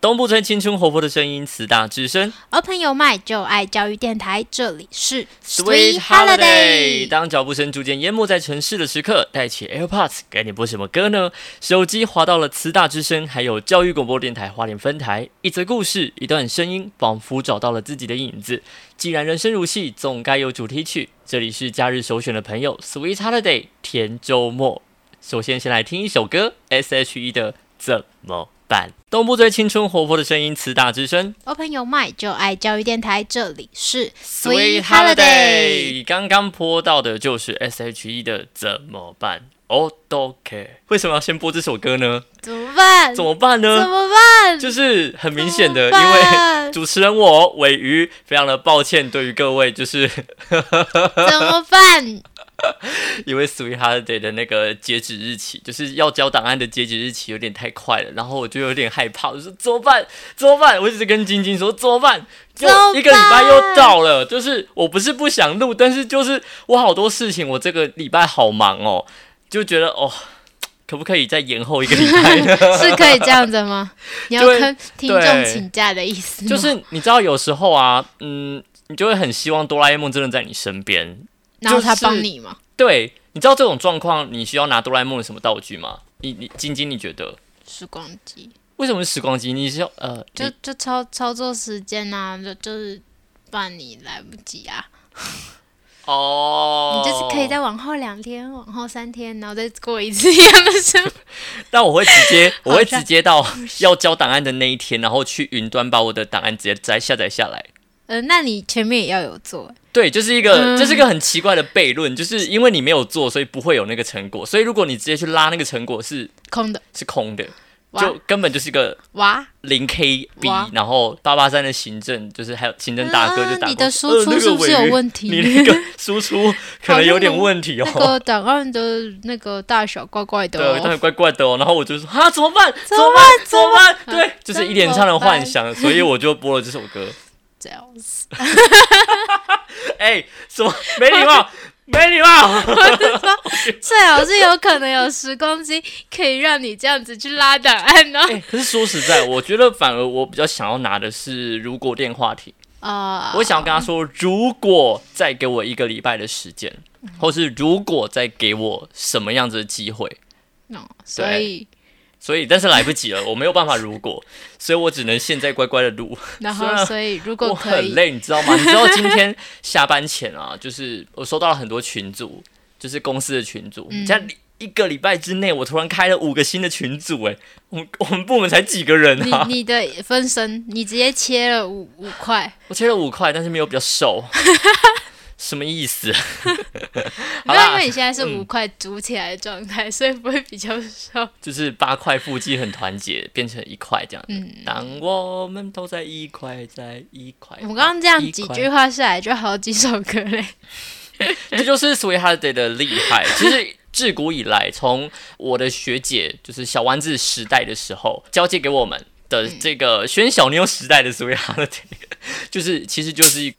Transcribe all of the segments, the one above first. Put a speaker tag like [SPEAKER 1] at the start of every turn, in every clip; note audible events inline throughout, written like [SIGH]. [SPEAKER 1] 东部村青春活泼的声音，慈大之声
[SPEAKER 2] ，Open Your Mind 就爱教育电台，这里是
[SPEAKER 1] Sweet Holiday。当脚步声逐渐淹没在城市的时刻，带起 AirPods，该你播什么歌呢？手机滑到了慈大之声，还有教育广播电台花莲分台，一则故事，一段声音，仿佛找到了自己的影子。既然人生如戏，总该有主题曲。这里是假日首选的朋友，Sweet Holiday 甜周末。首先，先来听一首歌，S.H.E 的《怎么》。东部最青春活泼的声音，慈大之声
[SPEAKER 2] ，Open Your Mind 就爱教育电台，这里是
[SPEAKER 1] Sweet Holiday。刚刚播到的就是 S.H.E 的《怎么办》，All Do Care。为什么要先播这首歌呢？
[SPEAKER 2] 怎么办？
[SPEAKER 1] 怎么办呢？
[SPEAKER 2] 嗯怎么办？
[SPEAKER 1] 就是很明显的，因为主持人我尾鱼非常的抱歉，对于各位就是
[SPEAKER 2] 怎么办？
[SPEAKER 1] 因为 Sweet Holiday 的那个截止日期，就是要交档案的截止日期有点太快了，然后我就有点害怕，我说怎么办？怎么办？我一直跟晶晶说怎么办？就一个礼拜又到了，就是我不是不想录，但是就是我好多事情，我这个礼拜好忙哦，就觉得哦，可不可以再延后一个礼拜？ [LAUGHS]
[SPEAKER 2] 是可以这样子吗？你要跟听众请假的意思？
[SPEAKER 1] 就是你知道有时候啊，嗯，你就会很希望哆啦 A 梦真的在你身边。
[SPEAKER 2] 然后他帮你吗、
[SPEAKER 1] 就是？对，你知道这种状况，你需要拿哆啦 A 梦的什么道具吗？你你晶晶，你觉得？
[SPEAKER 2] 时光机？
[SPEAKER 1] 为什么是时光机？你是要呃，
[SPEAKER 2] 就就操操作时间呐、啊，就就是不然你来不及啊。
[SPEAKER 1] 哦
[SPEAKER 2] oh，你就是可以再往后两天，往后三天，然后再过一次一 [LAUGHS] 样的生活。
[SPEAKER 1] 但我会直
[SPEAKER 2] [LAUGHS]
[SPEAKER 1] 接，我会直接到要交档案的那一天，然后去云端把我的档案直接摘下载下来。
[SPEAKER 2] 呃，那你前面也要有做。
[SPEAKER 1] 对，就是一个，这、嗯、是一个很奇怪的悖论，就是因为你没有做，所以不会有那个成果。所以如果你直接去拉那个成果是
[SPEAKER 2] 空的，
[SPEAKER 1] 是空的，就根本就是个
[SPEAKER 2] 哇
[SPEAKER 1] 零 KB，然后八八三的行政就是还有行政大哥就打、嗯、
[SPEAKER 2] 啊你的输出是不是有问题？
[SPEAKER 1] 呃那個、你那个输出可能有点问题哦。
[SPEAKER 2] 那个档案的那个大小怪怪的、哦，
[SPEAKER 1] 对，但怪怪的哦。然后我就说啊，怎么办？怎么办？怎么办？麼辦对，就是一连串的幻想，所以我就播了这首 [LAUGHS] 歌。
[SPEAKER 2] 这样子， [LAUGHS]
[SPEAKER 1] 哎欸，什么没礼 [LAUGHS] 貌，没礼貌！
[SPEAKER 2] 我是说，最好是有可能有时光机可以让你这样子去拉档
[SPEAKER 1] [LAUGHS]
[SPEAKER 2] 案哦、
[SPEAKER 1] 欸。可是说实在，我觉得反而我比较想要拿的是如果电话亭
[SPEAKER 2] 啊
[SPEAKER 1] ，uh, 我想要跟他说，如果再给我一个礼拜的时间，或是如果再给我什么样子的机会
[SPEAKER 2] ，no，所以。
[SPEAKER 1] 所以，但是来不及了，我没有办法。如果，所以我只能现在乖乖的录。
[SPEAKER 2] 然后，所以如果
[SPEAKER 1] 可以，我很累，你知道吗？你知道今
[SPEAKER 2] [LAUGHS]
[SPEAKER 1] 天下班前啊，就是我收到了很多群组，就是公司的群组。在、嗯、一个礼拜之内，我突然开了五个新的群组、欸，哎，我们 [LAUGHS] 我们部门才几个人
[SPEAKER 2] 啊？你你的分身，你直接切了五五块。
[SPEAKER 1] 我切了五块，但是没有比较
[SPEAKER 2] [LAUGHS]
[SPEAKER 1] 瘦。什么意思？
[SPEAKER 2] 没有，因为你现在
[SPEAKER 1] 嗯
[SPEAKER 2] 是五块组起来的状态，嗯、所以不会比较
[SPEAKER 1] [LAUGHS]
[SPEAKER 2] 瘦。
[SPEAKER 1] 就是八块腹肌很团结，变成一块这样子。嗯、当我们都在一块，在一块。
[SPEAKER 2] 我们刚刚这样几句话下来，就好几首歌嘞。 [LAUGHS]
[SPEAKER 1] 这就是 Sweet Holiday 的厉害。其实自古以来，从我的学姐就是小丸子时代的时候交接给我们的这个宣小妞时代的 Sweet Holiday，、嗯、就是其实就是。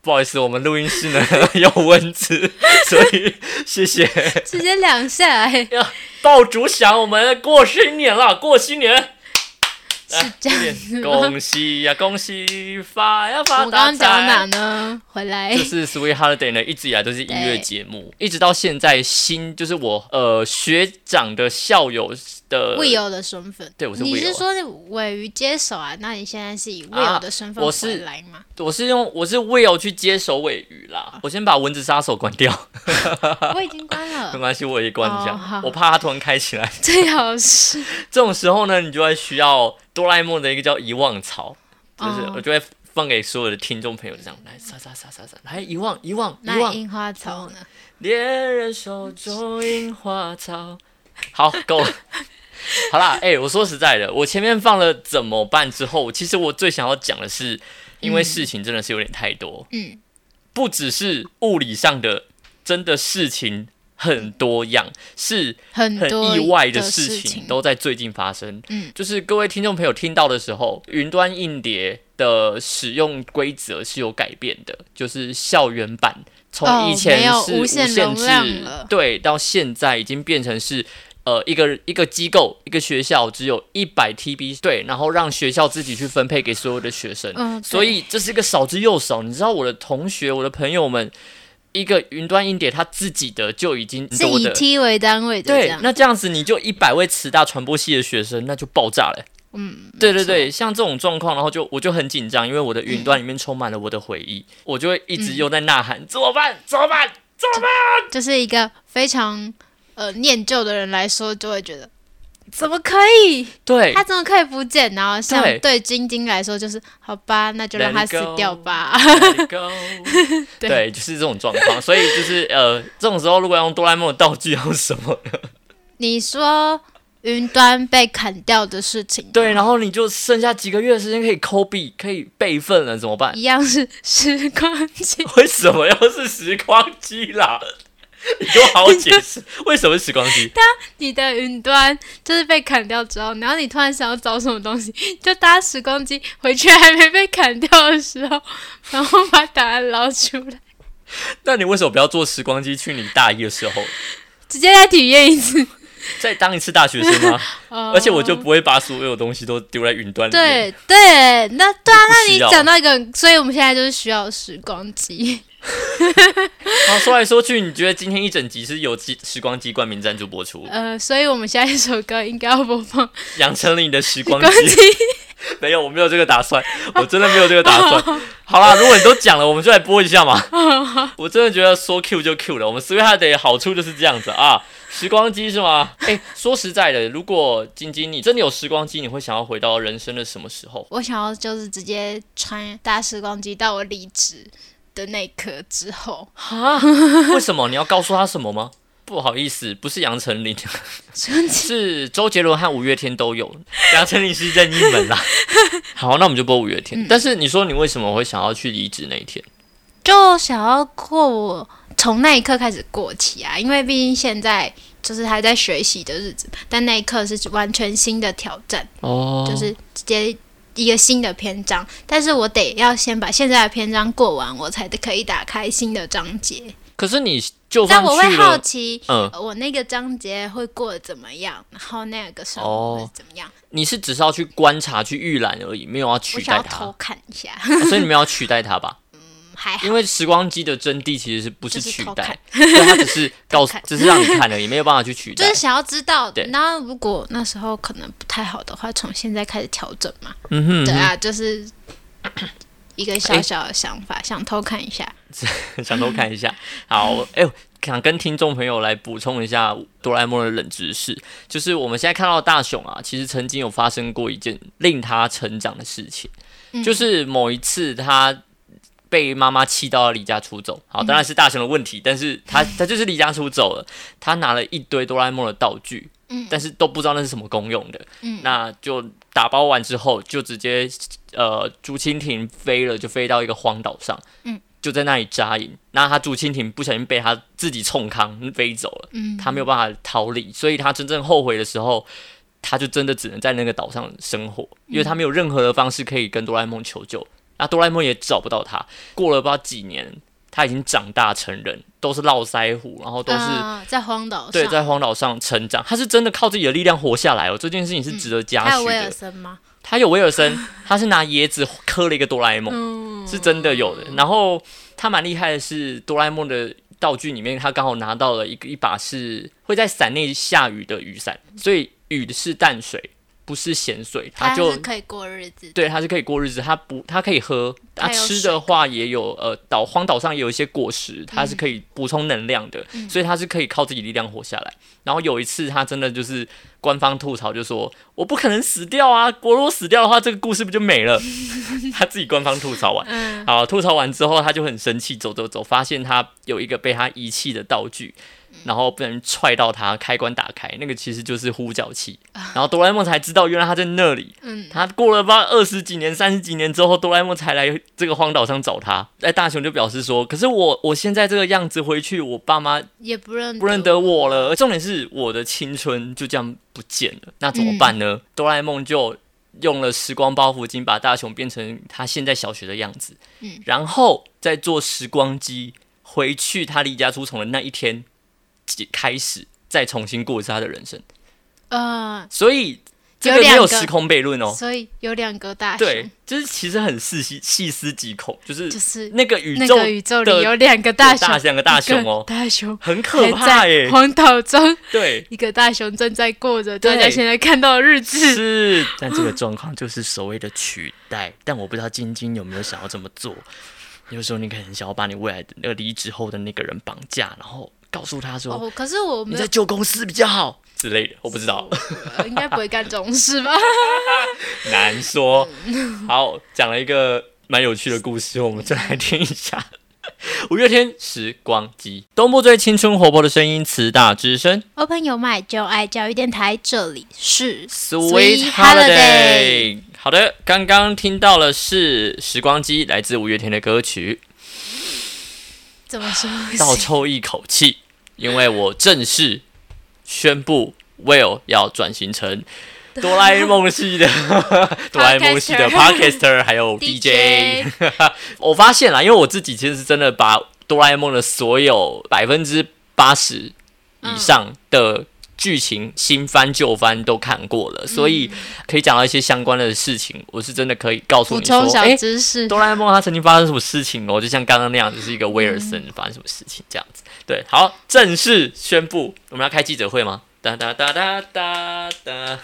[SPEAKER 1] 不好意思，我们录音室呢 [LAUGHS] 有蚊子，所以谢
[SPEAKER 2] [LAUGHS]
[SPEAKER 1] 谢。
[SPEAKER 2] 直接两
[SPEAKER 1] [LAUGHS]
[SPEAKER 2] 下
[SPEAKER 1] 哎
[SPEAKER 2] 来。
[SPEAKER 1] 爆竹响，我们过新年了，过新
[SPEAKER 2] [LAUGHS]
[SPEAKER 1] 年。
[SPEAKER 2] 是这样子。
[SPEAKER 1] 恭喜呀、啊，恭喜发呀发
[SPEAKER 2] [LAUGHS] 我刚刚讲哪呢？回来。
[SPEAKER 1] 就是 Sweet Holiday 呢，一直以来都是音乐节目，一直到现在新就是我呃学长的校友的
[SPEAKER 2] Will 的身份。
[SPEAKER 1] 呃对，我是。啊
[SPEAKER 2] 你是说尾鱼接手啊？那你现在是以 Will 的身份、啊、
[SPEAKER 1] 我是
[SPEAKER 2] 来
[SPEAKER 1] [LAUGHS]
[SPEAKER 2] 吗？
[SPEAKER 1] 我是用我是 Will 去接手尾鱼啦。啊、我先把蚊子杀手关掉。
[SPEAKER 2] 我已经
[SPEAKER 1] [LAUGHS]
[SPEAKER 2] 关了。
[SPEAKER 1] 没关系，我也关一下，
[SPEAKER 2] 哦、
[SPEAKER 1] 我怕它突然开起来。
[SPEAKER 2] 最好是。
[SPEAKER 1] 这种时候呢，你就会需要。哆啦 A 梦的一个叫遗忘草，就是我就会放给所有的听众朋友这样来杀杀杀杀杀，来遗忘遗忘遗忘。
[SPEAKER 2] 樱花草呢？
[SPEAKER 1] 恋人手中樱花草。好，够 [LAUGHS] 了。好啦，哎、欸，我说实在的，我前面放了怎么办之后，其实我最想要讲的是，因为事情真的是有点太多，
[SPEAKER 2] 嗯，
[SPEAKER 1] 不只是物理上的，真的事情。很多样是
[SPEAKER 2] 很
[SPEAKER 1] 意外的
[SPEAKER 2] 事
[SPEAKER 1] 情都在最近发生，
[SPEAKER 2] 嗯，
[SPEAKER 1] 就是各位听众朋友听到的时候，云端硬碟的使用规则是有改变的，就是校园
[SPEAKER 2] 哦
[SPEAKER 1] 版从以前是无限
[SPEAKER 2] 容量
[SPEAKER 1] 了，对，到现在已经变成是。呃一个一个机构一个学校只有一百 TB 对，然后让学校自己去分配给所有的学生，
[SPEAKER 2] 嗯
[SPEAKER 1] 所以这是一个少之又少。你知道我的同学、我的朋友们，一个云端硬碟他自己的就已经
[SPEAKER 2] 是
[SPEAKER 1] 多
[SPEAKER 2] 以
[SPEAKER 1] 的。
[SPEAKER 2] T 为单位的这
[SPEAKER 1] 对
[SPEAKER 2] 样，。
[SPEAKER 1] 那这样子你就一百位慈大传播系的学生，那就爆炸了。
[SPEAKER 2] 嗯，
[SPEAKER 1] 对对对，像这种状况，然后就我就很紧张，因为我的云端里面充满了我的回忆，我就会一
[SPEAKER 2] 嗯
[SPEAKER 1] 直又在呐喊：怎么办？怎么办？
[SPEAKER 2] 就是一个非常呃念旧的人来说，就会觉得怎么可以，
[SPEAKER 1] 对
[SPEAKER 2] [LAUGHS] 他，怎么可以不见？然后像
[SPEAKER 1] 对
[SPEAKER 2] 对晶晶来说，就是好吧，那就让他死掉吧。
[SPEAKER 1] Let it go
[SPEAKER 2] [LAUGHS] 对
[SPEAKER 1] 对，就是这种状况。所以就是呃，这种时候如果要用哆啦 A 梦的道具， [LAUGHS] 要用什么？
[SPEAKER 2] 你说云端被砍掉的事情，
[SPEAKER 1] 对，然后你就剩下几个月的时间可以抠币，可以备份了，怎么办？ [LAUGHS]
[SPEAKER 2] 一样是时光机。
[SPEAKER 1] 为什么要是时光机啦？ [LAUGHS] 你给我好好解释，为什么是时光机？
[SPEAKER 2] 你的云端就是被砍掉之后，然后你突然想要找什么东西，就搭时光机回去还没被砍掉的时候，然后把答案捞出来，
[SPEAKER 1] 那你为什么不要坐时光机去你大一的时候，
[SPEAKER 2] 直接来体验一次。
[SPEAKER 1] 再当一次大学生吗？
[SPEAKER 2] [LAUGHS] 哦
[SPEAKER 1] 而且我就不会把所有东西都丢在云端里面。
[SPEAKER 2] 对对，那对啊，
[SPEAKER 1] 不
[SPEAKER 2] 那
[SPEAKER 1] 需
[SPEAKER 2] 你
[SPEAKER 1] 要
[SPEAKER 2] 讲到一个，所以我们现在就是需要时光机。
[SPEAKER 1] 然后说来说去，你觉得今天一整集是由机时光机冠名赞助播出，
[SPEAKER 2] 呃，所以我们下一首歌应该要播放
[SPEAKER 1] 养成了你的时光
[SPEAKER 2] 光
[SPEAKER 1] 机。
[SPEAKER 2] 机。
[SPEAKER 1] 没有，我没有这个打算，我真的没有这个打
[SPEAKER 2] [LAUGHS] 哦
[SPEAKER 1] 算。好啦，如果你都讲了，我们就来播一下嘛。我真的觉得说 Q 就 Q 了，我们 s w e e h e a r t 的好处就是这样子啊。时光机是
[SPEAKER 2] [LAUGHS]
[SPEAKER 1] 吗？哎、说实在的，如果晶晶你真的有时光机，你会想要回到人生的什么时候？
[SPEAKER 2] 我想要就是直接穿搭时光机到我离职的那一刻之后，
[SPEAKER 1] 啊？ [LAUGHS] 为什么？你要告诉他什么吗？不好意思，不是杨丞琳， [LAUGHS]
[SPEAKER 2] 时光机
[SPEAKER 1] 是周杰伦和五月天都有。杨丞琳是任意门
[SPEAKER 2] [LAUGHS]
[SPEAKER 1] 啦。好，那我们就播五月
[SPEAKER 2] 嗯
[SPEAKER 1] 天。但是你说你为什么会想要去离职那一天？
[SPEAKER 2] 就想要过我从那一刻开始过起啊，因为毕竟现在就是还在学习的日子，但那一刻是完全新的挑战。
[SPEAKER 1] 哦
[SPEAKER 2] 就是直接一个新的篇章，但是我得要先把现在的篇章过完，我才可以打开新的章节。
[SPEAKER 1] 可是你就算
[SPEAKER 2] 但我会
[SPEAKER 1] 去
[SPEAKER 2] 好
[SPEAKER 1] 了，
[SPEAKER 2] 奇，
[SPEAKER 1] 嗯，
[SPEAKER 2] 呃我那个章节会过得怎么样，然后那个生
[SPEAKER 1] 哦
[SPEAKER 2] 活会怎么样？
[SPEAKER 1] 你是只是要去观察、去预览而已，没有要
[SPEAKER 2] 我
[SPEAKER 1] 取代
[SPEAKER 2] 想要
[SPEAKER 1] 它，
[SPEAKER 2] 偷看一下，
[SPEAKER 1] 所以你们要取代它吧？
[SPEAKER 2] 嗯还 [LAUGHS] 好
[SPEAKER 1] 因。为时光机的真谛其实是不是
[SPEAKER 2] 就是
[SPEAKER 1] 取
[SPEAKER 2] 偷
[SPEAKER 1] 代
[SPEAKER 2] 看，
[SPEAKER 1] 对它只是告诉
[SPEAKER 2] 偷看，
[SPEAKER 1] 只是让你看而已，没有办法去取
[SPEAKER 2] 就
[SPEAKER 1] 代
[SPEAKER 2] 是。想要知道
[SPEAKER 1] 对，
[SPEAKER 2] 然后如果那时候可能不太好的话，从现在开始调整嘛。
[SPEAKER 1] 嗯哼，
[SPEAKER 2] 对
[SPEAKER 1] 嗯
[SPEAKER 2] 啊，就是一个小小的想法，想偷看一下。
[SPEAKER 1] 哼 [LAUGHS] 想多看一下。好，哎、呦，想跟听众朋友来补充一下哆啦 A 梦的冷知识，就是我们现在看到的大雄啊，其实曾经有发生过一件令他成长的事情。
[SPEAKER 2] 嗯
[SPEAKER 1] 就是某一次他被妈妈气到要离家出走，好，当然是大雄的问题，但是他他就是离家出走了，他拿了一堆哆啦 A 梦的道具，
[SPEAKER 2] 嗯
[SPEAKER 1] 但是都不知道那是什么功用的，
[SPEAKER 2] 嗯
[SPEAKER 1] 那就打包完之后就直接呃竹蜻蜓飞了，就飞到一个荒岛上，
[SPEAKER 2] 嗯
[SPEAKER 1] 就在那里扎营，那他竹蜻蜓不小心被他自己冲康飞走了。
[SPEAKER 2] 嗯，
[SPEAKER 1] 他没有办法逃离，所以他真正后悔的时候，他就真的只能在那个岛上生活，
[SPEAKER 2] 嗯
[SPEAKER 1] 因为他没有任何的方式可以跟哆啦 A 梦求救，那哆啦 A 梦也找不到他。过了不知道几年，他已经长大成人，都是络腮胡，然后都是、
[SPEAKER 2] 啊在荒岛上，
[SPEAKER 1] 对在荒岛上成长，他是真的靠自己的力量活下来哦，这件事情是值得嘉
[SPEAKER 2] 还嗯有
[SPEAKER 1] 许
[SPEAKER 2] 威
[SPEAKER 1] 的。
[SPEAKER 2] 尔森吗？
[SPEAKER 1] 他有威尔森，他是拿椰子磕了一个哆啦 A 梦。
[SPEAKER 2] 嗯，
[SPEAKER 1] 是真的有的。然后他蛮厉害的是，哆啦 A 梦的道具里面，他刚好拿到了一个一把是会在伞内下雨的雨伞，所以雨是淡水，不是咸水，
[SPEAKER 2] 他
[SPEAKER 1] 它就
[SPEAKER 2] 可以过日子。
[SPEAKER 1] 对它是可以过日子，它不它可以喝，它
[SPEAKER 2] 它有
[SPEAKER 1] 吃
[SPEAKER 2] 水
[SPEAKER 1] 的话也有呃岛荒岛上也有一些果实，它
[SPEAKER 2] 嗯
[SPEAKER 1] 是可以补充能量的，所以它是可以靠自己力量活下来。然后有一次，他真的就是官方吐槽，就说我不可能死掉啊！我如果死掉的话，这个故事不就没了？ [LAUGHS] 他自己官方吐槽完，
[SPEAKER 2] [LAUGHS] 嗯
[SPEAKER 1] 好，吐槽完之后，他就很生气，走走走，发现他有一个被他遗弃的道具，
[SPEAKER 2] 嗯
[SPEAKER 1] 然后不能踹到他，开关打开，那个其实就是呼叫器。然后哆啦 A 梦才知道，原来他在那里。
[SPEAKER 2] 嗯，
[SPEAKER 1] 他过了不知道二十几年、三十几年之后，哆啦 A 梦才来这个荒岛上找他。哎，大雄就表示说：“可是我我现在这个样子回去，我爸妈
[SPEAKER 2] 也不认
[SPEAKER 1] 不认得我了。而重点是我的青春就这样不见了，那怎么办
[SPEAKER 2] 嗯
[SPEAKER 1] 呢？”哆啦 A 梦就用了时光包袱巾把大雄变成他现在小学的样子，
[SPEAKER 2] 嗯
[SPEAKER 1] 然后再坐时光机回去他离家出走的那一天起开始，再重新过一次他的人生。
[SPEAKER 2] 呃，
[SPEAKER 1] 所以这
[SPEAKER 2] 有
[SPEAKER 1] 个
[SPEAKER 2] 两
[SPEAKER 1] 没有
[SPEAKER 2] 个
[SPEAKER 1] 时空悖论哦。
[SPEAKER 2] 所以有两个大熊，
[SPEAKER 1] 对，就是其实很细细细思极恐，就是
[SPEAKER 2] 就是
[SPEAKER 1] 那个宇
[SPEAKER 2] 那
[SPEAKER 1] 宙
[SPEAKER 2] 个宇宙
[SPEAKER 1] 的
[SPEAKER 2] 里有两个大熊，
[SPEAKER 1] 两个大熊
[SPEAKER 2] 一个
[SPEAKER 1] 哦，
[SPEAKER 2] [LAUGHS] 大熊
[SPEAKER 1] 很可怕
[SPEAKER 2] 还
[SPEAKER 1] 耶
[SPEAKER 2] 在。荒岛中，
[SPEAKER 1] 对，
[SPEAKER 2] 一个大熊正在过着
[SPEAKER 1] 对
[SPEAKER 2] 大家现在看到的日子。
[SPEAKER 1] 是，但这个状况就是所谓的取代。但我不知道晶晶有没有想要这么做。有时候你可能想要把你未来的那个离职后的那个人绑架，然后告诉他说、
[SPEAKER 2] 哦，可是我
[SPEAKER 1] 你
[SPEAKER 2] 们呃
[SPEAKER 1] 在旧公司比较好之类的，我不知道，
[SPEAKER 2] 应该不会干这种事
[SPEAKER 1] [LAUGHS]
[SPEAKER 2] 吧？
[SPEAKER 1] 难说。好，讲了一个蛮有趣的故事，我们再来听一下。 [LAUGHS] 五月天《时光机》，东部最青春活泼的声音，慈大之声
[SPEAKER 2] Open 有麦就爱教育电台，这里是
[SPEAKER 1] ，Sweet Holiday。好的，刚刚听到了是《时光机》，来自五月天的歌 [LAUGHS] 曲。
[SPEAKER 2] 怎么说？
[SPEAKER 1] 倒
[SPEAKER 2] [LAUGHS]
[SPEAKER 1] 抽一口气，因为我正式宣布 Will 要转型 [LAUGHS] 成哆啦 A 梦系的 [LAUGHS] 哆啦 A 梦系的 Podcaster，还有 DJ。我发现啦，因为我自己其实是真的把哆啦 A 梦的所有百分之八十以
[SPEAKER 2] 嗯
[SPEAKER 1] 上的剧情新翻旧翻都看过了，所以
[SPEAKER 2] 嗯
[SPEAKER 1] 可以讲到一些相关的事情，我是真的可以告诉
[SPEAKER 2] 补
[SPEAKER 1] 你 [LAUGHS] 说哎
[SPEAKER 2] 充，小
[SPEAKER 1] 诶
[SPEAKER 2] 知识，
[SPEAKER 1] 哆啦 A 梦他曾经发生什么事情哦，就像刚刚那样，就是一个威
[SPEAKER 2] 嗯
[SPEAKER 1] 尔森发生什么事情这样子。对，好，正式宣布，我们要开记者会吗？哒哒哒哒哒哒，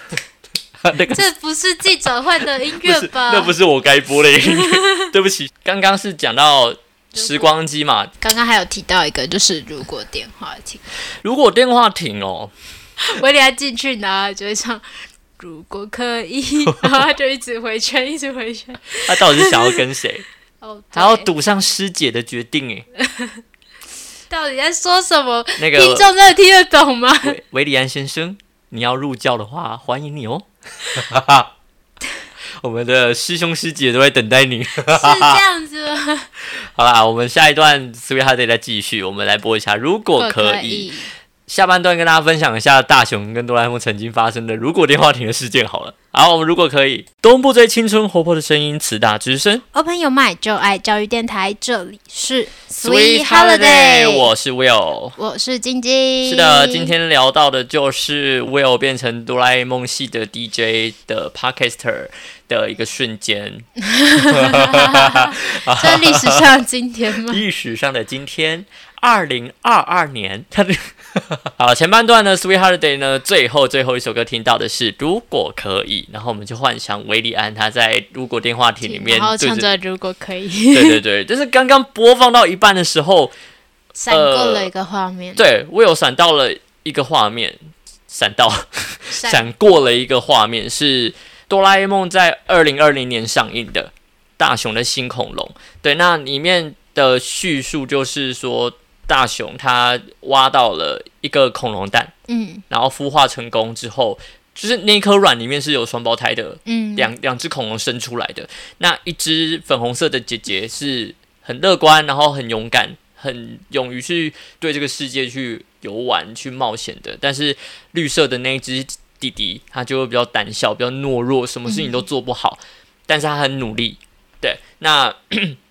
[SPEAKER 1] [LAUGHS] 那个
[SPEAKER 2] 这不是记者会的音
[SPEAKER 1] [LAUGHS] 不
[SPEAKER 2] 乐
[SPEAKER 1] 是，
[SPEAKER 2] 吧？
[SPEAKER 1] 那不是我该播的
[SPEAKER 2] [LAUGHS]
[SPEAKER 1] 音乐，对不起，刚刚是讲到时光机嘛，
[SPEAKER 2] 刚刚还有提到一个，就是如果电话亭，
[SPEAKER 1] 如果电话停哦，
[SPEAKER 2] 我等一下进去然后就会唱。如果
[SPEAKER 1] [LAUGHS]
[SPEAKER 2] 可以，然后他就一直回圈，一直回圈。
[SPEAKER 1] 他到底是想要跟
[SPEAKER 2] [LAUGHS]
[SPEAKER 1] 谁？
[SPEAKER 2] 哦，
[SPEAKER 1] 还要
[SPEAKER 2] 对
[SPEAKER 1] 赌上师姐的决定诶，
[SPEAKER 2] 到底在说什么？
[SPEAKER 1] 那
[SPEAKER 2] 听
[SPEAKER 1] 个
[SPEAKER 2] 众真的听得懂吗？
[SPEAKER 1] 维维里安先生，你要入教的话，欢迎 [LAUGHS] 你哦。我们的师兄师姐都在等待你。
[SPEAKER 2] 是这样子吗？
[SPEAKER 1] [LAUGHS] 好啦，我们下一段 Sweet Holiday 再继续，我们来播一下。如果可以，，下半段跟大家分享一下大雄跟哆啦 A 梦曾经发生的如果电话亭的事件。好了，好，我们如果可以，东部最青春活泼的声音，慈大之声
[SPEAKER 2] Open 有麦就爱教育电台，这里是
[SPEAKER 1] Sweet 我是 Will。
[SPEAKER 2] 我是晶晶。
[SPEAKER 1] 是的，今天聊到的就是 Will 变成哆啦 A 梦系的 DJ 的 Podcaster 的一个瞬间，
[SPEAKER 2] 这历史上的今
[SPEAKER 1] [LAUGHS]
[SPEAKER 2] 天 [LAUGHS] 吗？
[SPEAKER 1] 历史上的今天，二零二二年。 [LAUGHS] 他的好了，前半段呢，Sweet Holiday 呢，最后最后一首歌听到的是《如果可以》，然后我们就幻想维利安他在《如果电话亭》里面
[SPEAKER 2] 然后
[SPEAKER 1] 对
[SPEAKER 2] 唱
[SPEAKER 1] 着，
[SPEAKER 2] 着如果可以，
[SPEAKER 1] [LAUGHS] 对对对，但是刚刚播放到一半的时候，
[SPEAKER 2] [LAUGHS] 闪过了一个画面，
[SPEAKER 1] 对我有闪到了一个画面，闪到。
[SPEAKER 2] 闪
[SPEAKER 1] 闪过了一个画面，是哆啦 A 梦在二零二零年上映的《大雄的新恐龙》。对，那里面的叙述就是说，大雄他挖到了一个恐龙蛋，
[SPEAKER 2] 嗯
[SPEAKER 1] 然后孵化成功之后，就是那颗卵里面是有双胞胎的，
[SPEAKER 2] 嗯，
[SPEAKER 1] 两两只恐龙生出来的。那一只粉红色的姐姐是很乐观，然后很勇敢，很勇于去对这个世界去游玩、去冒险的。但是绿色的那一只弟弟，他就会比较胆小、比较懦弱，什么事情都做不好。但是他很努力，对。那 [CLEARS THROAT]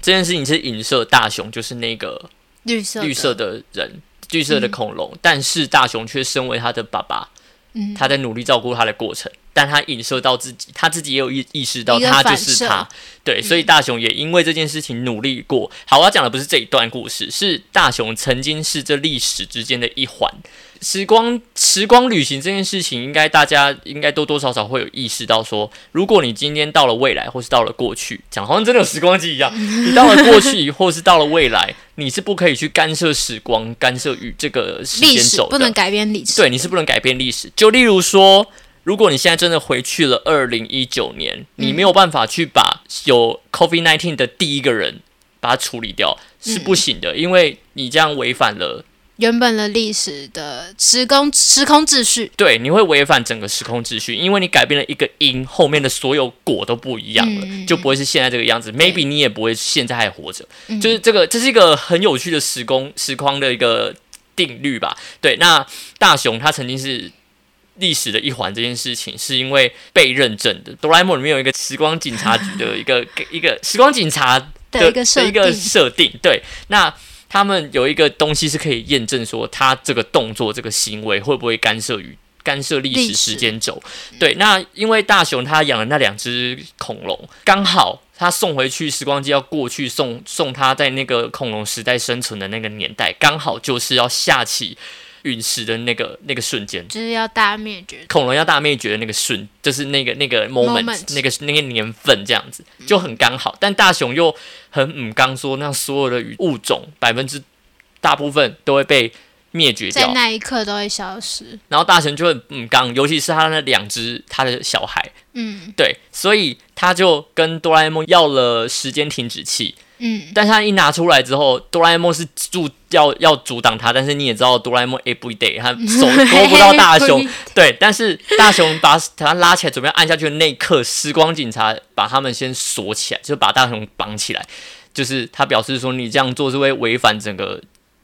[SPEAKER 1] 这件事情是影射大雄，就是那个
[SPEAKER 2] 绿色
[SPEAKER 1] 绿色，的人，绿色的恐龙，但是大雄却身为他的爸爸，
[SPEAKER 2] 嗯
[SPEAKER 1] 他在努力照顾他的过程，但他影射到自己，他自己也有意意识到
[SPEAKER 2] 一个
[SPEAKER 1] 他就
[SPEAKER 2] 反
[SPEAKER 1] 是
[SPEAKER 2] 射嗯
[SPEAKER 1] 他，对，所以大雄也因为这件事情努力过。好，我要讲的不是这一段故事，是大雄曾经是这历史之间的一环。时光时光旅行这件事情，应该大家应该多多少少会有意识到说，如果你今天到了未来，或是到了过去，讲好像真的有时光机一样，你到了过去，或是到了未来，你是不可以去干涉时光、干涉与这个时
[SPEAKER 2] 历
[SPEAKER 1] 间
[SPEAKER 2] 史
[SPEAKER 1] 轴
[SPEAKER 2] 不
[SPEAKER 1] 的。
[SPEAKER 2] 能改变历史，
[SPEAKER 1] 对，你是不能改变历史。就例如说，如果你现在真的回去了二零一九年，你没有办法去把有 COVID nineteen 的第一个人把它处理掉，是不行的，因为你这样违反了。
[SPEAKER 2] 原本的历史的时空时空秩序，
[SPEAKER 1] 对，你会违反整个时空秩序，因为你改变了一个因，后面的所有果都不一样了，
[SPEAKER 2] 嗯嗯嗯
[SPEAKER 1] 就不会是现在这个样子。
[SPEAKER 2] 对
[SPEAKER 1] Maybe 你也不会现在还活着，
[SPEAKER 2] 嗯
[SPEAKER 1] 就是这个，这是一个很有趣的时空时空的一个定律吧。对，那大雄他曾经是。历史的一环这件事情，是因为被认证的。哆啦 A 梦里面有一个时光警察局的一个一个时光警察
[SPEAKER 2] 的一个设
[SPEAKER 1] 的一个
[SPEAKER 2] 定，
[SPEAKER 1] 设定。对，那他们有一个东西是可以验证说他这个动作、这个行为会不会干涉于干涉历史
[SPEAKER 2] 历史
[SPEAKER 1] 时间轴。对，那因为大雄他养的那两只恐龙，刚好他送回去时光机要过去送送他在那个恐龙时代生存的那个年代，刚好就是要下起陨石的那个那个瞬间。
[SPEAKER 2] 就是要大灭绝。
[SPEAKER 1] 恐龙要大灭绝的那个瞬，就是那个那个 moment，,
[SPEAKER 2] Moment
[SPEAKER 1] 那个那个年份这样子就很刚好。但大雄又很嗯刚说，那所有的鱼物种百分之大部分都会被灭绝
[SPEAKER 2] 在
[SPEAKER 1] 掉，
[SPEAKER 2] 那一刻都会消失。
[SPEAKER 1] 然后大雄就很嗯刚，尤其是他那两只他的小孩，
[SPEAKER 2] 嗯
[SPEAKER 1] 对，所以他就跟哆啦 A 梦要了时间停止器，
[SPEAKER 2] 嗯，
[SPEAKER 1] 但是他一拿出来之后，哆啦 A 梦是住要要阻挡他，但是你也知道哆啦 A 梦 every day 他手 [LAUGHS] 捉不到大
[SPEAKER 2] [LAUGHS]
[SPEAKER 1] 雄，对，但是大雄把他拉起来，准备要按下去的那一刻，时光警察把他们先锁起来，就把大雄绑起来。就是他表示说，你这样做是会违反整个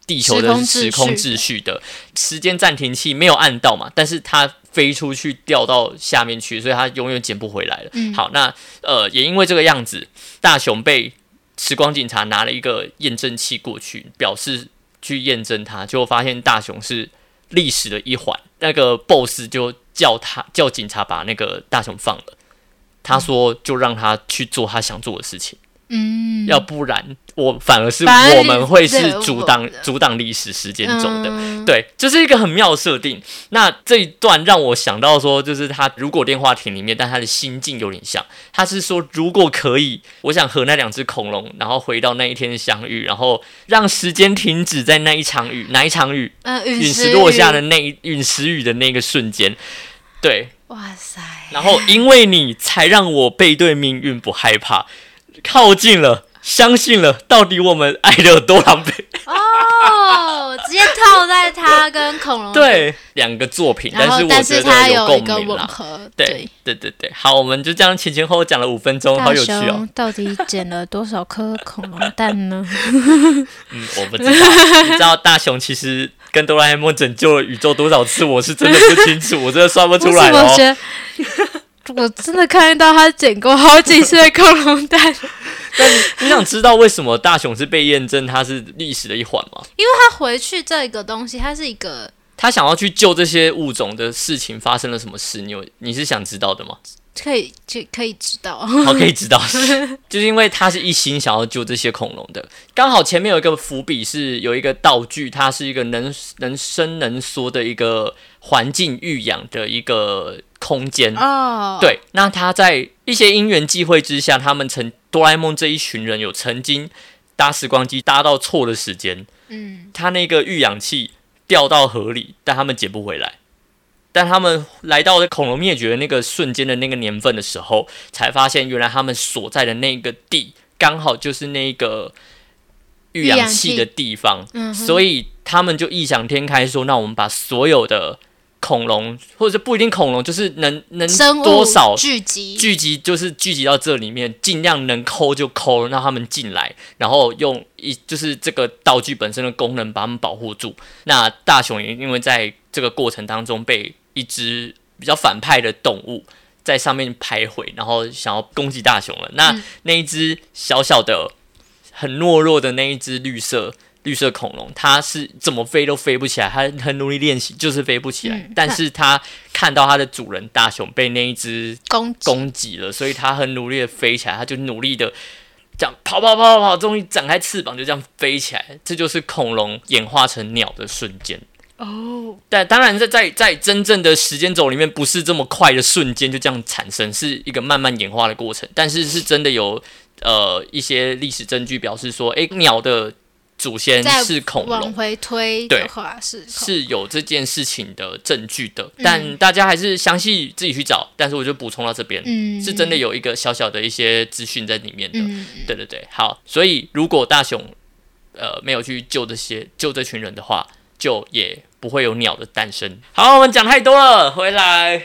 [SPEAKER 1] 地球的时
[SPEAKER 2] 时
[SPEAKER 1] 空
[SPEAKER 2] 空秩
[SPEAKER 1] 秩
[SPEAKER 2] 序
[SPEAKER 1] 序的。时间暂停器没有按到嘛，但是它飞出去掉到下面去，所以它永远捡不回来了。
[SPEAKER 2] 嗯
[SPEAKER 1] 好，那呃，也因为这个样子，大雄被时光警察拿了一个验证器过去，表示去验证他，结果发现大雄是历史的一环。那个 BOSS 就叫他叫警察把那个大雄放了，他说就让他去做他想做的事情，
[SPEAKER 2] 嗯，
[SPEAKER 1] 要不然我反而是
[SPEAKER 2] 反而
[SPEAKER 1] 我们会是
[SPEAKER 2] 对
[SPEAKER 1] 阻
[SPEAKER 2] 我
[SPEAKER 1] 挡阻挡历史时间轴的。
[SPEAKER 2] 嗯
[SPEAKER 1] 对，就是一个很妙的设定。那这一段让我想到说，就是他如果电话亭里面，但他的心境有点像，他是说如果可以，我想和那两只恐龙，然后回到那一天相遇，然后让时间停止在那一场雨，哪一场雨？
[SPEAKER 2] 呃，
[SPEAKER 1] 陨
[SPEAKER 2] 陨
[SPEAKER 1] 石落下的那一陨石雨的那个瞬间，对，
[SPEAKER 2] 哇塞，
[SPEAKER 1] 然后因为你才让我背对命运不害怕，靠近了。相信了，到底我们爱的有多狼狈？ [LAUGHS]
[SPEAKER 2] 哦，直接套在他跟恐龙，
[SPEAKER 1] 对，两个作品，
[SPEAKER 2] 哦然
[SPEAKER 1] 但
[SPEAKER 2] 后
[SPEAKER 1] 我
[SPEAKER 2] 但
[SPEAKER 1] 觉
[SPEAKER 2] 是
[SPEAKER 1] 得
[SPEAKER 2] 他一
[SPEAKER 1] 共
[SPEAKER 2] 个
[SPEAKER 1] 鸣
[SPEAKER 2] 吻
[SPEAKER 1] 啦。
[SPEAKER 2] 合，
[SPEAKER 1] 对，对对对，好，我们就这样前前后后讲了五分钟，好
[SPEAKER 2] 大
[SPEAKER 1] 有趣哦
[SPEAKER 2] 熊。到底捡了多少颗恐龙蛋呢？
[SPEAKER 1] 嗯，我
[SPEAKER 2] [LAUGHS]
[SPEAKER 1] 不知道，你知道大雄其实跟哆啦 A 梦拯救了宇宙多少次，我是真的不清楚，我真的算不 [LAUGHS]
[SPEAKER 2] 不
[SPEAKER 1] 出
[SPEAKER 2] 是，
[SPEAKER 1] 来
[SPEAKER 2] 我觉
[SPEAKER 1] 哦。
[SPEAKER 2] 得。我真的看到他捡过好几次的恐龙蛋，
[SPEAKER 1] 你想知道为什么大雄是被验证他是历史的一环吗？
[SPEAKER 2] [LAUGHS] 他回去这个东西，它是一个
[SPEAKER 1] 他想要去救这些物种的事情发生了什么事，你有你是想知道的吗？
[SPEAKER 2] 可以就可以知道，
[SPEAKER 1] 好，可以知道， [LAUGHS] 就是因为他是一心想要救这些恐龙的。刚好前面有一个伏笔，是有一个道具，它是一个能能伸能缩的一个环境育养的一个空间。
[SPEAKER 2] 哦，，
[SPEAKER 1] 对，那他在一些因缘际会之下，他们曾哆啦 A 梦这一群人有曾经搭时光机搭到错的时间，
[SPEAKER 2] 嗯，
[SPEAKER 1] 他那个育氧器掉到河里，但他们捡不回来。但他们来到恐龙灭绝的那个瞬间的那个年份的时候，才发现原来他们所在的那个地刚好就是那个育氧器的地方，
[SPEAKER 2] 嗯哼
[SPEAKER 1] 所以他们就异想天开说：“那我们把所有的恐龙，或者是不一定恐龙，就是能能
[SPEAKER 2] 生物
[SPEAKER 1] 多少
[SPEAKER 2] 聚集，
[SPEAKER 1] 聚集就是聚集到这里面，尽量能抠就抠，让他们进来，然后用一就是这个道具本身的功能把他们保护住。那大雄也因为在这个过程当中被一只比较反派的动物在上面徘徊，然后想要攻击大雄了。那、
[SPEAKER 2] 嗯
[SPEAKER 1] 那一只小小的、很懦弱的那一只绿色。绿色恐龙，它是怎么飞都飞不起来，它很努力练习，就是飞不起来。
[SPEAKER 2] 嗯
[SPEAKER 1] 但是它看到它的主人大雄被那一只
[SPEAKER 2] 攻击，
[SPEAKER 1] 攻击了，所以它很努力的飞起来，它就努力的这样跑跑跑跑跑，终于展开翅膀就这样飞起来，这就是恐龙演化成鸟的瞬间。
[SPEAKER 2] 哦，
[SPEAKER 1] 但当然在，在在真正的时间轴里面，不是这么快的瞬间就这样产生，是一个慢慢演化的过程。但是是真的有呃一些历史证据表示说，诶，鸟的祖先
[SPEAKER 2] 在
[SPEAKER 1] 是恐龙
[SPEAKER 2] 往，回推
[SPEAKER 1] 对
[SPEAKER 2] 的话是恐
[SPEAKER 1] 是有这件事情的证据的。
[SPEAKER 2] 嗯
[SPEAKER 1] 但大家还是详细自己去找。但是我就补充到这边，
[SPEAKER 2] 嗯，
[SPEAKER 1] 是真的有一个小小的一些资讯在里面的。
[SPEAKER 2] 嗯，嗯，
[SPEAKER 1] 对对对，好，所以如果大雄呃没有去救这些救这群人的话，就也不会有鸟的诞生。好，我们讲太多了，回来。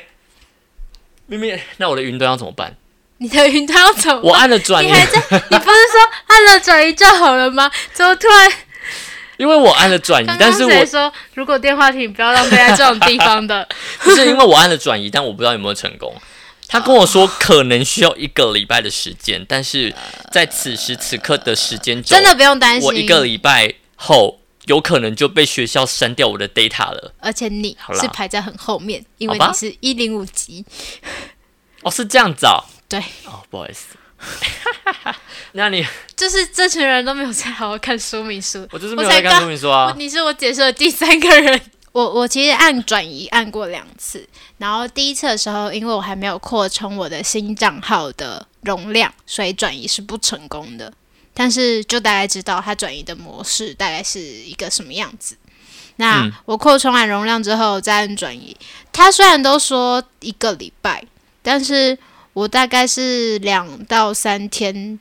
[SPEAKER 1] 明明，那我的云端要怎么办？
[SPEAKER 2] 你的云端要怎么
[SPEAKER 1] 我按了转
[SPEAKER 2] 你
[SPEAKER 1] 移，[LAUGHS]
[SPEAKER 2] 还在？你不是说按了转移就好了吗？怎么突然？
[SPEAKER 1] 因为我按了转移，
[SPEAKER 2] 刚
[SPEAKER 1] 嗯
[SPEAKER 2] 刚
[SPEAKER 1] 但是
[SPEAKER 2] 谁
[SPEAKER 1] 我
[SPEAKER 2] 说如果电话亭不要浪费在这种地
[SPEAKER 1] [LAUGHS]
[SPEAKER 2] 方的？
[SPEAKER 1] 不是因为我按了转移，但我不知道有没有成功。他跟我说可能需要一个礼拜的时间，但是在此时此刻的时间轴，
[SPEAKER 2] 真的不用担心。
[SPEAKER 1] 我一个礼拜后有可能就被学校删掉我的 data 了。
[SPEAKER 2] 而且你
[SPEAKER 1] 好啦
[SPEAKER 2] 是排在很后面，因
[SPEAKER 1] 好
[SPEAKER 2] 为
[SPEAKER 1] 吧
[SPEAKER 2] 你是一零五级。
[SPEAKER 1] 哦，是这样子哦。
[SPEAKER 2] 对，
[SPEAKER 1] 哦，不好意思。 [LAUGHS] 那你
[SPEAKER 2] 就是这群人都没有在好好看说明书，
[SPEAKER 1] 我就是没有
[SPEAKER 2] 我
[SPEAKER 1] 在
[SPEAKER 2] 才
[SPEAKER 1] 看
[SPEAKER 2] 刚
[SPEAKER 1] 说明书啊。
[SPEAKER 2] 你是我解释的第三个人。 [LAUGHS] 我我其实按转移按过两次，然后第一次的时候，因为我还没有扩充我的新账号的容量，所以转移是不成功的。但是就大概知道它转移的模式大概是一个什么样子。那、
[SPEAKER 1] 嗯
[SPEAKER 2] 我扩充完容量之后再按转移，它虽然都说一个礼拜，但是我大概是两到三天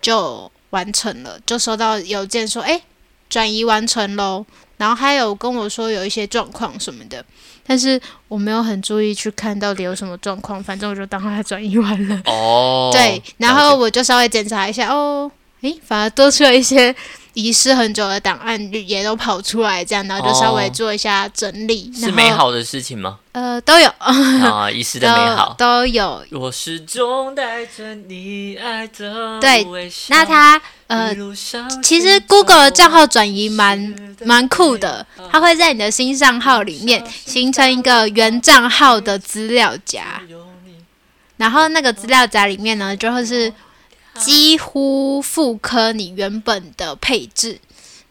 [SPEAKER 2] 就完成了，就收到邮件说，哎、转移完成喽。然后还有跟我说有一些状况什么的，但是我没有很注意去看到底有什么状况，反正我就当它转移完了。
[SPEAKER 1] 哦，
[SPEAKER 2] 对，然
[SPEAKER 1] 了解
[SPEAKER 2] 后我就稍微检查一下，哦，诶，反而多出了一些遗失很久的档案，也都跑出来，这样，然后就稍微
[SPEAKER 1] 哦
[SPEAKER 2] 做一下整理。
[SPEAKER 1] 是
[SPEAKER 2] 然
[SPEAKER 1] 美
[SPEAKER 2] 后，
[SPEAKER 1] 好的事情
[SPEAKER 2] [LAUGHS]
[SPEAKER 1] 吗？
[SPEAKER 2] 呃，都有，
[SPEAKER 1] 啊，遗失的美好。
[SPEAKER 2] [LAUGHS] 都都有。
[SPEAKER 1] 我始终带着你爱的
[SPEAKER 2] 对
[SPEAKER 1] 微笑。
[SPEAKER 2] 那它呃
[SPEAKER 1] 一，路上行走，
[SPEAKER 2] 其实 Google 的账号转移蛮蛮酷的，它会在你的新账号里面形成一个原账号的资料夹，
[SPEAKER 1] 有你
[SPEAKER 2] 然后那个资料夹里面呢，就会是几乎复刻你原本的配置，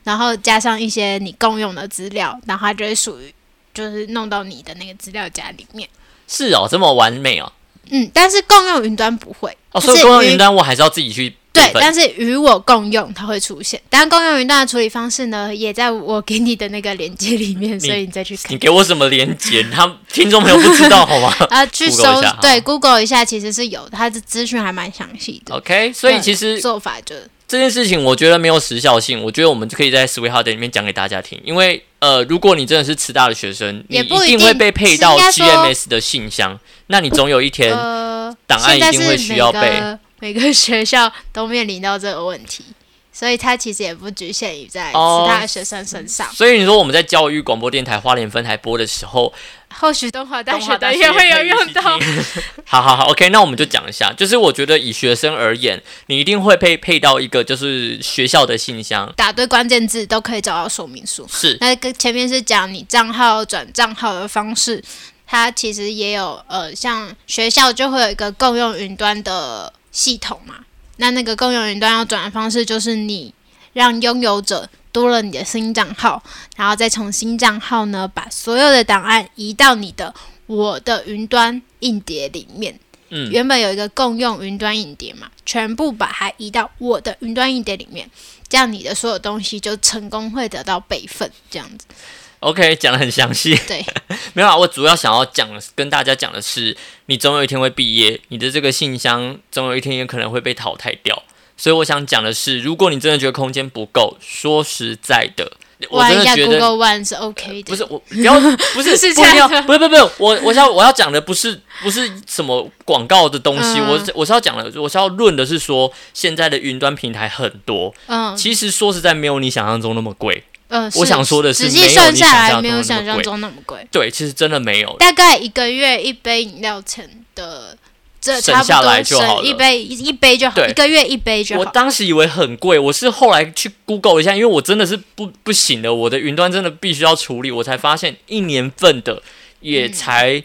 [SPEAKER 2] 然后加上一些你共用的资料，然后它就会属于就是弄到你的那个资料夹里面。
[SPEAKER 1] 是哦，这么完美哦。
[SPEAKER 2] 嗯，但是共用云端不会，
[SPEAKER 1] 哦，
[SPEAKER 2] 它
[SPEAKER 1] 所以
[SPEAKER 2] 是
[SPEAKER 1] 公用
[SPEAKER 2] 云
[SPEAKER 1] 云端我还是要自己去
[SPEAKER 2] 对，
[SPEAKER 1] 备份
[SPEAKER 2] 但是与我共用它会出现，但共用云端的处理方式呢，也在我给你的那个连接里面，所以你再去看
[SPEAKER 1] 你。给我什么连接？他听众朋友不知道好
[SPEAKER 2] [LAUGHS]
[SPEAKER 1] 吗
[SPEAKER 2] 啊，去
[SPEAKER 1] Google
[SPEAKER 2] 搜
[SPEAKER 1] 一下哈
[SPEAKER 2] 对 Google 一下，其实是有的它的资讯还蛮详细的。
[SPEAKER 1] ？OK，所以
[SPEAKER 2] 对
[SPEAKER 1] 其实
[SPEAKER 2] 做法就
[SPEAKER 1] 这件事情我觉得没有时效性，我觉得我们就可以在 Sweet Holiday 里面讲给大家听，因为呃，如果你真的是师大的学生，你
[SPEAKER 2] 也不一定
[SPEAKER 1] 定会被配到
[SPEAKER 2] 是应该说
[SPEAKER 1] GMS 的信箱，那你总有一天，
[SPEAKER 2] 呃，
[SPEAKER 1] 档案
[SPEAKER 2] 现在
[SPEAKER 1] 一定会需要被
[SPEAKER 2] 是每个每个学校都面临到这个问题，所以它其实也不局限于在
[SPEAKER 1] 哦
[SPEAKER 2] 其他的学生身上，
[SPEAKER 1] 所以你说我们在教育广播电台花莲分台播的时候，
[SPEAKER 2] 或许东华大
[SPEAKER 1] 东华
[SPEAKER 2] 学
[SPEAKER 1] 大
[SPEAKER 2] 的
[SPEAKER 1] 学
[SPEAKER 2] 也会有
[SPEAKER 1] 也可以一
[SPEAKER 2] 用
[SPEAKER 1] 起
[SPEAKER 2] 到。
[SPEAKER 1] [LAUGHS] 好好好，OK，那我们就讲一下，就是我觉得以学生而言，你一定会被配到一个就是学校的信箱，
[SPEAKER 2] 打对关键字都可以找到说明书。
[SPEAKER 1] 是
[SPEAKER 2] 那个前面是讲你账号转账号的方式，它其实也有呃，像学校就会有一个共用云端的系统嘛。那那个共用云端要转的方式，就是你让拥有者多了你的新账号，然后再从新账号呢把所有的档案移到你的我的云端硬碟里面。
[SPEAKER 1] 嗯，
[SPEAKER 2] 原本有一个共用云端硬碟嘛，全部把它移到我的云端硬碟里面，这样你的所有东西就成功会得到备份，这样
[SPEAKER 1] [LAUGHS]
[SPEAKER 2] 子。 [LAUGHS]
[SPEAKER 1] OK，讲的很详细。 [LAUGHS]
[SPEAKER 2] 对，
[SPEAKER 1] 没有啊，我主要想要讲跟大家讲的是，你总有一天会毕业，你的这个信箱总有一天也可能会被淘汰掉。所以我想讲的是，如果你真的觉得空间不够，说实在的，我
[SPEAKER 2] 玩
[SPEAKER 1] 真
[SPEAKER 2] 一下
[SPEAKER 1] 的觉得
[SPEAKER 2] Google One 是 OK 的，
[SPEAKER 1] 不是我不要不是
[SPEAKER 2] [LAUGHS] 是
[SPEAKER 1] 不一
[SPEAKER 2] 这
[SPEAKER 1] 定要
[SPEAKER 2] 样的
[SPEAKER 1] 不是不是不是我我要我要讲的不是不是什么广告的东西，
[SPEAKER 2] 嗯
[SPEAKER 1] 我是我是要讲的我是要论的是说现在的云端平台很多，
[SPEAKER 2] 嗯
[SPEAKER 1] 其实说实在没有你想象中那么贵。
[SPEAKER 2] 嗯，
[SPEAKER 1] 我
[SPEAKER 2] 是
[SPEAKER 1] 想说的是
[SPEAKER 2] 仔
[SPEAKER 1] 没
[SPEAKER 2] 细
[SPEAKER 1] 有
[SPEAKER 2] 算
[SPEAKER 1] 你
[SPEAKER 2] 下
[SPEAKER 1] 想
[SPEAKER 2] 来
[SPEAKER 1] 象
[SPEAKER 2] 没
[SPEAKER 1] 中
[SPEAKER 2] 有
[SPEAKER 1] 那么
[SPEAKER 2] 想象
[SPEAKER 1] 贵
[SPEAKER 2] 中那么贵，
[SPEAKER 1] 对，其实真的没有。
[SPEAKER 2] 大概一个月一杯饮料钱的，这
[SPEAKER 1] 省
[SPEAKER 2] 差不
[SPEAKER 1] 下来
[SPEAKER 2] 多
[SPEAKER 1] 就好了
[SPEAKER 2] 省一杯一一杯就好，
[SPEAKER 1] 对
[SPEAKER 2] 一个月一杯就
[SPEAKER 1] 我
[SPEAKER 2] 好。
[SPEAKER 1] 当时以为很贵，我是后来去 Google 一下，因为我真的是不不行了，我的云端真的必须要处理，我才发现一年份的也
[SPEAKER 2] 嗯
[SPEAKER 1] 才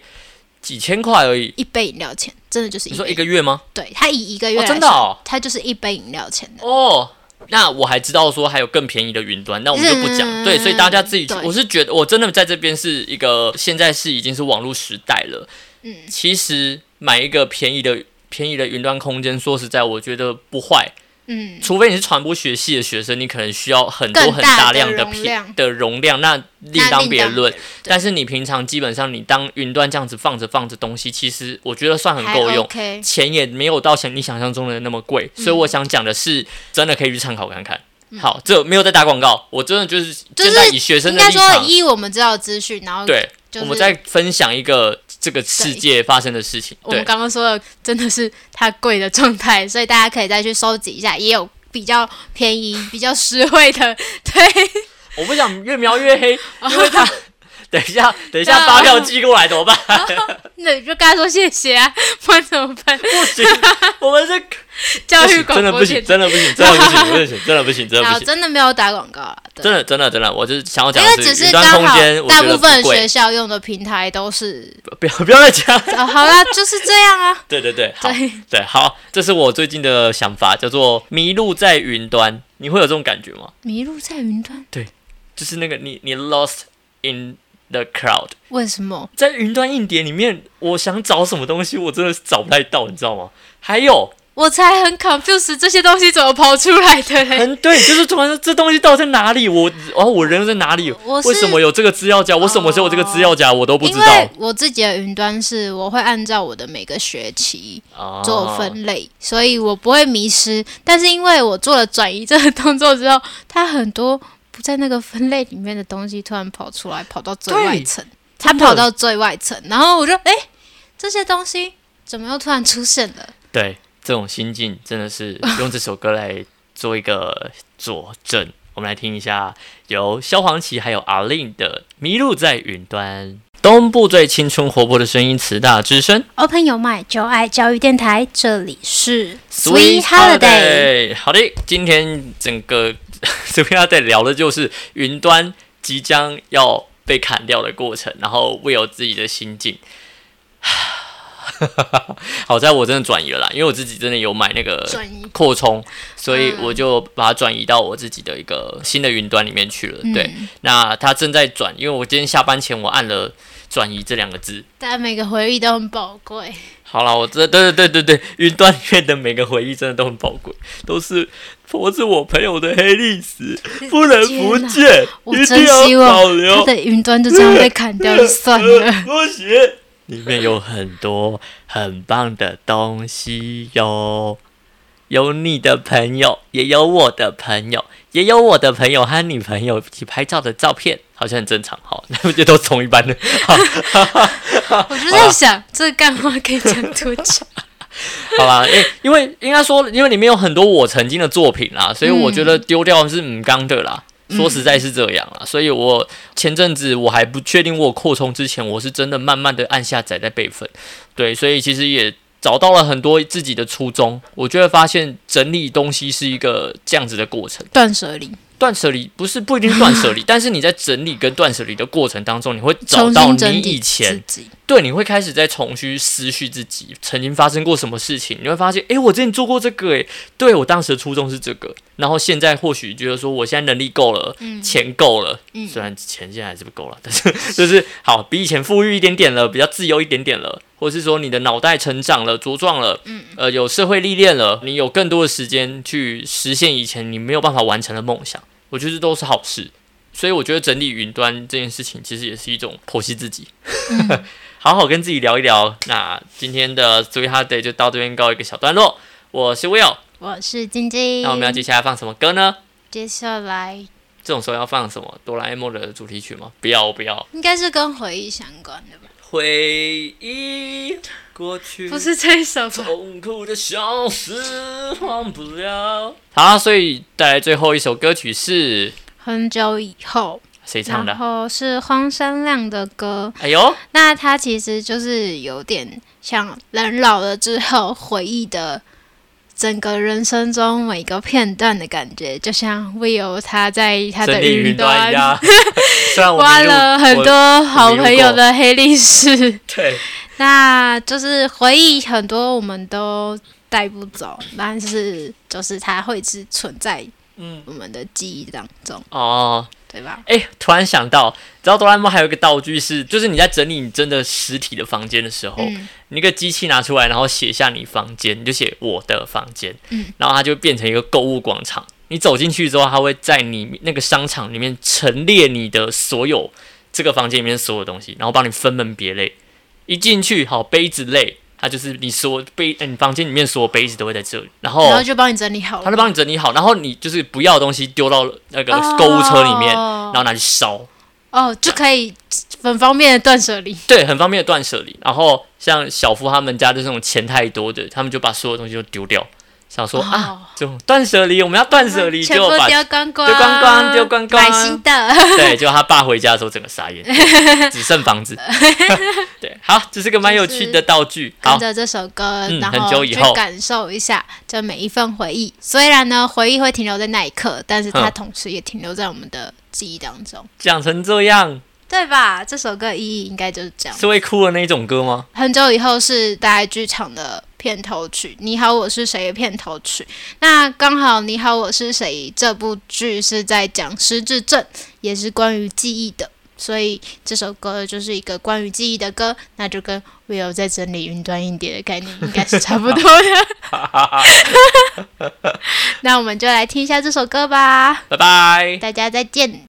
[SPEAKER 1] 几千块而已。
[SPEAKER 2] 一杯饮料钱真的就是
[SPEAKER 1] 你
[SPEAKER 2] 一
[SPEAKER 1] 说
[SPEAKER 2] 杯
[SPEAKER 1] 一，个月吗？
[SPEAKER 2] 对，它以一个月
[SPEAKER 1] 哦，
[SPEAKER 2] 来
[SPEAKER 1] 真的
[SPEAKER 2] 算
[SPEAKER 1] 哦，
[SPEAKER 2] 它就是一杯饮料钱的。
[SPEAKER 1] 哦。那我还知道说还有更便宜的云端，那我们就不讲。
[SPEAKER 2] 嗯
[SPEAKER 1] 对，所以大家自己去
[SPEAKER 2] 对
[SPEAKER 1] 我是觉得我真的在这边是一个现在是已经是网络时代了。
[SPEAKER 2] 嗯，
[SPEAKER 1] 其实买一个便宜的便宜的云端空间，说实在，我觉得不坏。
[SPEAKER 2] 嗯，
[SPEAKER 1] 除非你是传播学系的学生，你可能需要很多
[SPEAKER 2] 更
[SPEAKER 1] 很
[SPEAKER 2] 大
[SPEAKER 1] 大
[SPEAKER 2] 的
[SPEAKER 1] 量的
[SPEAKER 2] 容
[SPEAKER 1] 片
[SPEAKER 2] 量
[SPEAKER 1] 的容量，那另
[SPEAKER 2] 那
[SPEAKER 1] 当别论。。
[SPEAKER 2] 对
[SPEAKER 1] 但是你平常基本上你当云端这样子放着放着东西，其实我觉得算很够
[SPEAKER 2] 还
[SPEAKER 1] 用。
[SPEAKER 2] OK，
[SPEAKER 1] 钱也没有到想你想象中的那么贵，
[SPEAKER 2] 嗯
[SPEAKER 1] 所以我想讲的是，真的可以去参考看看。好，这没有在打广告，我真的就是
[SPEAKER 2] 就是
[SPEAKER 1] 现在以学生
[SPEAKER 2] 应
[SPEAKER 1] 的
[SPEAKER 2] 该
[SPEAKER 1] 立
[SPEAKER 2] 说
[SPEAKER 1] 场，
[SPEAKER 2] 依我们知道的资讯，然后
[SPEAKER 1] 对，
[SPEAKER 2] 就是
[SPEAKER 1] 我们在分享一个这个世界发生的事情。
[SPEAKER 2] 我
[SPEAKER 1] 对
[SPEAKER 2] 们，刚刚说的真的是它贵的状态，所以大家可以再去收集一下，也有比较便宜、比较实惠的。对，
[SPEAKER 1] 我不想越描越黑，因为
[SPEAKER 2] [LAUGHS]
[SPEAKER 1] 他等一下等一下发票寄过来怎么办？
[SPEAKER 2] [LAUGHS] 那你就跟他说谢谢啊，不然怎么办？
[SPEAKER 1] 不行，我们是
[SPEAKER 2] 教育
[SPEAKER 1] 不行真
[SPEAKER 2] 广
[SPEAKER 1] 的
[SPEAKER 2] 播
[SPEAKER 1] 不行，
[SPEAKER 2] 电台，
[SPEAKER 1] 真的不行，真的不行，真的不
[SPEAKER 2] [LAUGHS]
[SPEAKER 1] 行，真的不行，真的
[SPEAKER 2] 好，
[SPEAKER 1] 不行，
[SPEAKER 2] 真的没有打广告了，对
[SPEAKER 1] 真的真的真的，我就是想要讲
[SPEAKER 2] 因
[SPEAKER 1] 的
[SPEAKER 2] 为只
[SPEAKER 1] 是
[SPEAKER 2] 是
[SPEAKER 1] 云
[SPEAKER 2] 刚
[SPEAKER 1] 端空
[SPEAKER 2] 好
[SPEAKER 1] 间，我
[SPEAKER 2] 大
[SPEAKER 1] 觉
[SPEAKER 2] 部
[SPEAKER 1] 得
[SPEAKER 2] 分
[SPEAKER 1] 不
[SPEAKER 2] 学
[SPEAKER 1] 贵，
[SPEAKER 2] 校用的平台都是，
[SPEAKER 1] 不要不要再讲，
[SPEAKER 2] 哦、好啦，就是这样啊。
[SPEAKER 1] 对对对，好
[SPEAKER 2] 对，
[SPEAKER 1] 对好，这是我最近的想法，叫做迷路在云端，你会有这种感觉吗？
[SPEAKER 2] 迷路在云端，
[SPEAKER 1] 就是那个你你 lost in the crowd，
[SPEAKER 2] 为什么？
[SPEAKER 1] 在云端硬碟里面，我想找什么东西，我真的是找不太到，你知道吗？还有
[SPEAKER 2] 我才很 confused，这些东西怎么跑出来的嘞？
[SPEAKER 1] [LAUGHS] 很哎对，就是突然说这东西到底在哪里？我哦，我人又在哪里？
[SPEAKER 2] 我是
[SPEAKER 1] 为什么有这个资料夹？我什么时候有这个资料夹？我都不
[SPEAKER 2] 因
[SPEAKER 1] 知道
[SPEAKER 2] 为。我自己的云端是，我会按照我的每个学期
[SPEAKER 1] 啊
[SPEAKER 2] 做分类，所以我不会迷失。但是因为我做了转移这个动作之后，它很多不在那个分类里面的东西突然跑出来，跑到最外层，它
[SPEAKER 1] 真的
[SPEAKER 2] 跑到最外层，然后我就哎、这些东西怎么又突然出现了？
[SPEAKER 1] 对这种心境，真的是用这首歌来做一个佐证。我们来听一下由萧煌奇还有阿令的《迷路在云端》。东部最青春活泼的声音，慈大之声
[SPEAKER 2] Open 有哦卖就爱教育电台，这里是
[SPEAKER 1] Sweet。好的，今天整个 [LAUGHS] Sweet Holiday 聊的就是云端即将要被砍掉的过程，然后 Will 自己的心境。 [SIGHS] 好在我真的转移了啦，因为我自己真的有买那个
[SPEAKER 2] 转移
[SPEAKER 1] 扩充，所
[SPEAKER 2] 嗯
[SPEAKER 1] 以我就把它转移到我自己的一个新的云端里面去了。
[SPEAKER 2] 嗯
[SPEAKER 1] 对，那它正在转，因为我今天下班前我按了转移这两个字。
[SPEAKER 2] 但每个回忆都很宝贵。
[SPEAKER 1] 好了，我这对对对对对，云端里面的每个回忆真的都很宝贵，都是都是我朋友的黑历史，不能不见，啊
[SPEAKER 2] 我
[SPEAKER 1] 一定
[SPEAKER 2] 真希
[SPEAKER 1] 要
[SPEAKER 2] 望
[SPEAKER 1] 保
[SPEAKER 2] 他
[SPEAKER 1] 留。
[SPEAKER 2] 的云端就这样被砍掉就
[SPEAKER 1] [LAUGHS]
[SPEAKER 2] 算了。
[SPEAKER 1] 不行，里面有很多很棒的东西哟，有你的朋友，也有我的朋友，也有我的朋友和女朋友一起拍照的照片，好像很正常哈，那不就都同一班的？
[SPEAKER 2] 我就在想，这干话可以讲多久？
[SPEAKER 1] [LAUGHS] 好啦，诶、因为应该说，因为里面有很多我曾经的作品啦，所以我觉
[SPEAKER 2] 嗯
[SPEAKER 1] 得丢掉是唔刚的啦。说实在是这样啦，所以我前阵子我还不确定我有扩充之前，我是真的慢慢的按下载在备份，对，所以其实也找到了很多自己的初衷。我就会发现整理东西是一个这样子的过程，
[SPEAKER 2] 断舍离，
[SPEAKER 1] 断舍离不是不一定是断舍
[SPEAKER 2] [LAUGHS]
[SPEAKER 1] 离，但是你在整理跟断舍离的过程当中，你会找
[SPEAKER 2] 重
[SPEAKER 1] 到
[SPEAKER 2] 新整
[SPEAKER 1] 你以
[SPEAKER 2] 理
[SPEAKER 1] 前
[SPEAKER 2] 自己。
[SPEAKER 1] 对，你会开始在重新思绪自己曾经发生过什么事情，你会发现，诶，我之前做过这个，诶，对我当时的初衷是这个，然后现在或许觉得说，我现在能力够了，钱够了，虽然钱现在还是不够了，但 [LAUGHS] 是就是好，比以前富裕一点点了，比较自由一点点了，或是说你的脑袋成长了、茁壮了，呃，有社会历练了，你有更多的时间去实现以前你没有办法完成的梦想，我觉得这都是好事。所以我觉得整理云端这件事情，其实也是一种剖析自己。好好跟自己聊一聊。那今天的 Three Hard Day 就到这边告一个小段落。我是 Will，
[SPEAKER 2] 我是晶晶。
[SPEAKER 1] 那我们要接下来放什么歌呢？
[SPEAKER 2] 接下来
[SPEAKER 1] 这种时候要放什么？哆啦 A 梦的主题曲吗？不要不要，
[SPEAKER 2] 应该是跟回忆相关的吧？
[SPEAKER 1] 回忆过去，
[SPEAKER 2] 不是这一首吧？
[SPEAKER 1] 痛苦的消失，忘不了。好，所以带来最后一首歌曲是
[SPEAKER 2] 很久以后，
[SPEAKER 1] 谁唱
[SPEAKER 2] 然
[SPEAKER 1] 的？
[SPEAKER 2] 后是荒山亮的歌。
[SPEAKER 1] 哎呦，
[SPEAKER 2] 那它其实就是有点像人老了之后回忆的整个人生中每个片段的感觉，就像 Will 他在他
[SPEAKER 1] 整
[SPEAKER 2] 的
[SPEAKER 1] 理云端一
[SPEAKER 2] 端
[SPEAKER 1] 样。 [LAUGHS] 虽然我
[SPEAKER 2] 挖
[SPEAKER 1] 迷路
[SPEAKER 2] 了很
[SPEAKER 1] 我
[SPEAKER 2] 多好
[SPEAKER 1] 迷路
[SPEAKER 2] 朋友
[SPEAKER 1] 过
[SPEAKER 2] 的黑历史，
[SPEAKER 1] 对，
[SPEAKER 2] 那就是回忆很多我们都带不走，但是就是它会是存在
[SPEAKER 1] 嗯，
[SPEAKER 2] 我们的记忆当中，
[SPEAKER 1] 哦，
[SPEAKER 2] 对吧？
[SPEAKER 1] 哎、突然想到，你知道哆啦 A 梦还有一个道具是，就是你在整理你真的实体的房间的时候，
[SPEAKER 2] 嗯
[SPEAKER 1] 你一个机器拿出来，然后写下你房间，你就写我的房间，
[SPEAKER 2] 嗯
[SPEAKER 1] 然后它就变成一个购物广场。你走进去之后，它会在你那个商场里面陈列你的所有这个房间里面所有东西，然后帮你分门别类。一进去，好杯子类，它就是你所有杯、呃你房间里面所有杯子都会在这里，然后
[SPEAKER 2] 然后就帮你整理好
[SPEAKER 1] 他哦
[SPEAKER 2] 了，
[SPEAKER 1] 就帮你整理好，然后你就是不要的东西丢到那个购物车里面，
[SPEAKER 2] 哦
[SPEAKER 1] 然后拿去烧。
[SPEAKER 2] 哦，就可以很方便的断舍离。
[SPEAKER 1] 对，很方便的断舍离。然后像小夫他们家就是那种钱太多的，他们就把所有东西都丢掉，想说、啊，就断舍离，我们要断舍离，
[SPEAKER 2] 哦嗯全
[SPEAKER 1] 结
[SPEAKER 2] 部
[SPEAKER 1] 果把
[SPEAKER 2] 丢光光，
[SPEAKER 1] 丢光光丢光光
[SPEAKER 2] 买新的。
[SPEAKER 1] 对，就他爸回家的时候整个傻眼，只剩房
[SPEAKER 2] [LAUGHS]
[SPEAKER 1] 子。对，好，这是个蛮有趣的道具。
[SPEAKER 2] 跟
[SPEAKER 1] 好，
[SPEAKER 2] 着这首歌，
[SPEAKER 1] 嗯
[SPEAKER 2] 然
[SPEAKER 1] 很久
[SPEAKER 2] 后
[SPEAKER 1] 以
[SPEAKER 2] 去
[SPEAKER 1] 后
[SPEAKER 2] 感受一下这每一份回忆。虽然呢，回忆会停留在那一刻，但是它
[SPEAKER 1] 嗯
[SPEAKER 2] 同时也停留在我们的记忆当中，
[SPEAKER 1] 讲成这样
[SPEAKER 2] 对吧？这首歌意义应该就是这样。
[SPEAKER 1] 是会哭的那一种歌吗？
[SPEAKER 2] 很久以后是大爱剧场的片头曲，《你好，我是谁》的片头曲。那刚好《你好，我是谁》这部剧是在讲失智症，也是关于记忆的，所以这首歌就是一个关于记忆的歌。那就跟 Will 在整理云端硬碟的概念应该是差不多的。 [LAUGHS] 那我们就来听一下这首歌吧，
[SPEAKER 1] 拜拜。
[SPEAKER 2] 大家再见。